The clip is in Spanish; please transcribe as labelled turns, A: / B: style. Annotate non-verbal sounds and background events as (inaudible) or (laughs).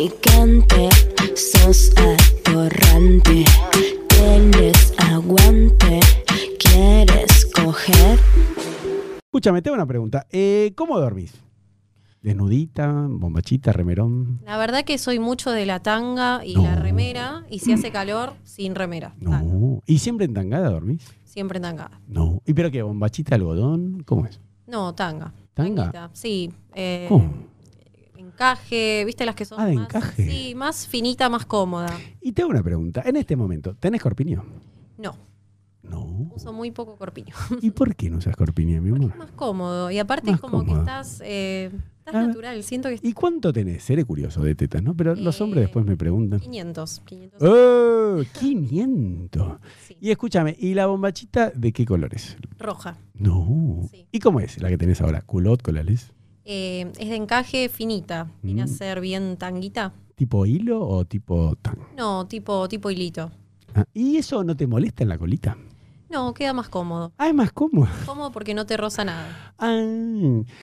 A: atorrante, sos atorrante. Tienes aguante, quieres coger.
B: Escúchame, tengo una pregunta. Eh, ¿Cómo dormís? ¿Desnudita, bombachita, remerón?
C: La verdad que soy mucho de la tanga y
B: No.
C: la remera, y si hace calor, sin remera.
B: No.
C: Ah,
B: ¿Y siempre en tangada dormís?
C: siempre tangada.
B: No. ¿Y pero qué? ¿Bombachita, algodón? ¿Cómo es?
C: No, tanga.
B: ¿Tanga?
C: Tanguita, Sí. eh,
B: ¿Cómo?
C: Encaje, viste las que son
B: Ah, de
C: más,
B: encaje.
C: Sí, más finita, más cómoda.
B: Y te hago una pregunta. En este momento, ¿tenés corpiño?
C: No,
B: No.
C: uso muy poco corpiño. (laughs)
B: ¿Y por qué no usas corpiño, mi amor?
C: Es más cómodo. Y aparte
B: Más
C: es como
B: cómodo.
C: que estás, eh, estás
B: Ah.
C: natural. Siento que estás
B: ¿Y cuánto tenés? Seré curioso de tetas, ¿no? Pero los
C: Eh,
B: hombres después me preguntan.
C: 500. 500
B: ¡Oh! ¡500!
C: sí.
B: Y escúchame, ¿y la bombachita de qué colores?
C: Roja.
B: No.
C: Sí.
B: ¿Y cómo es la que tenés ahora? ¿Culot, colales?
C: Eh, es de encaje finita. Viene a
B: Mm.
C: ser bien tanguita.
B: ¿Tipo hilo o tipo tan?
C: No, tipo, tipo hilito.
B: Ah, ¿Y eso no te molesta en la colita?
C: No, queda más cómodo.
B: Ah, es más cómodo.
C: Cómodo porque no te roza nada.
B: Ah,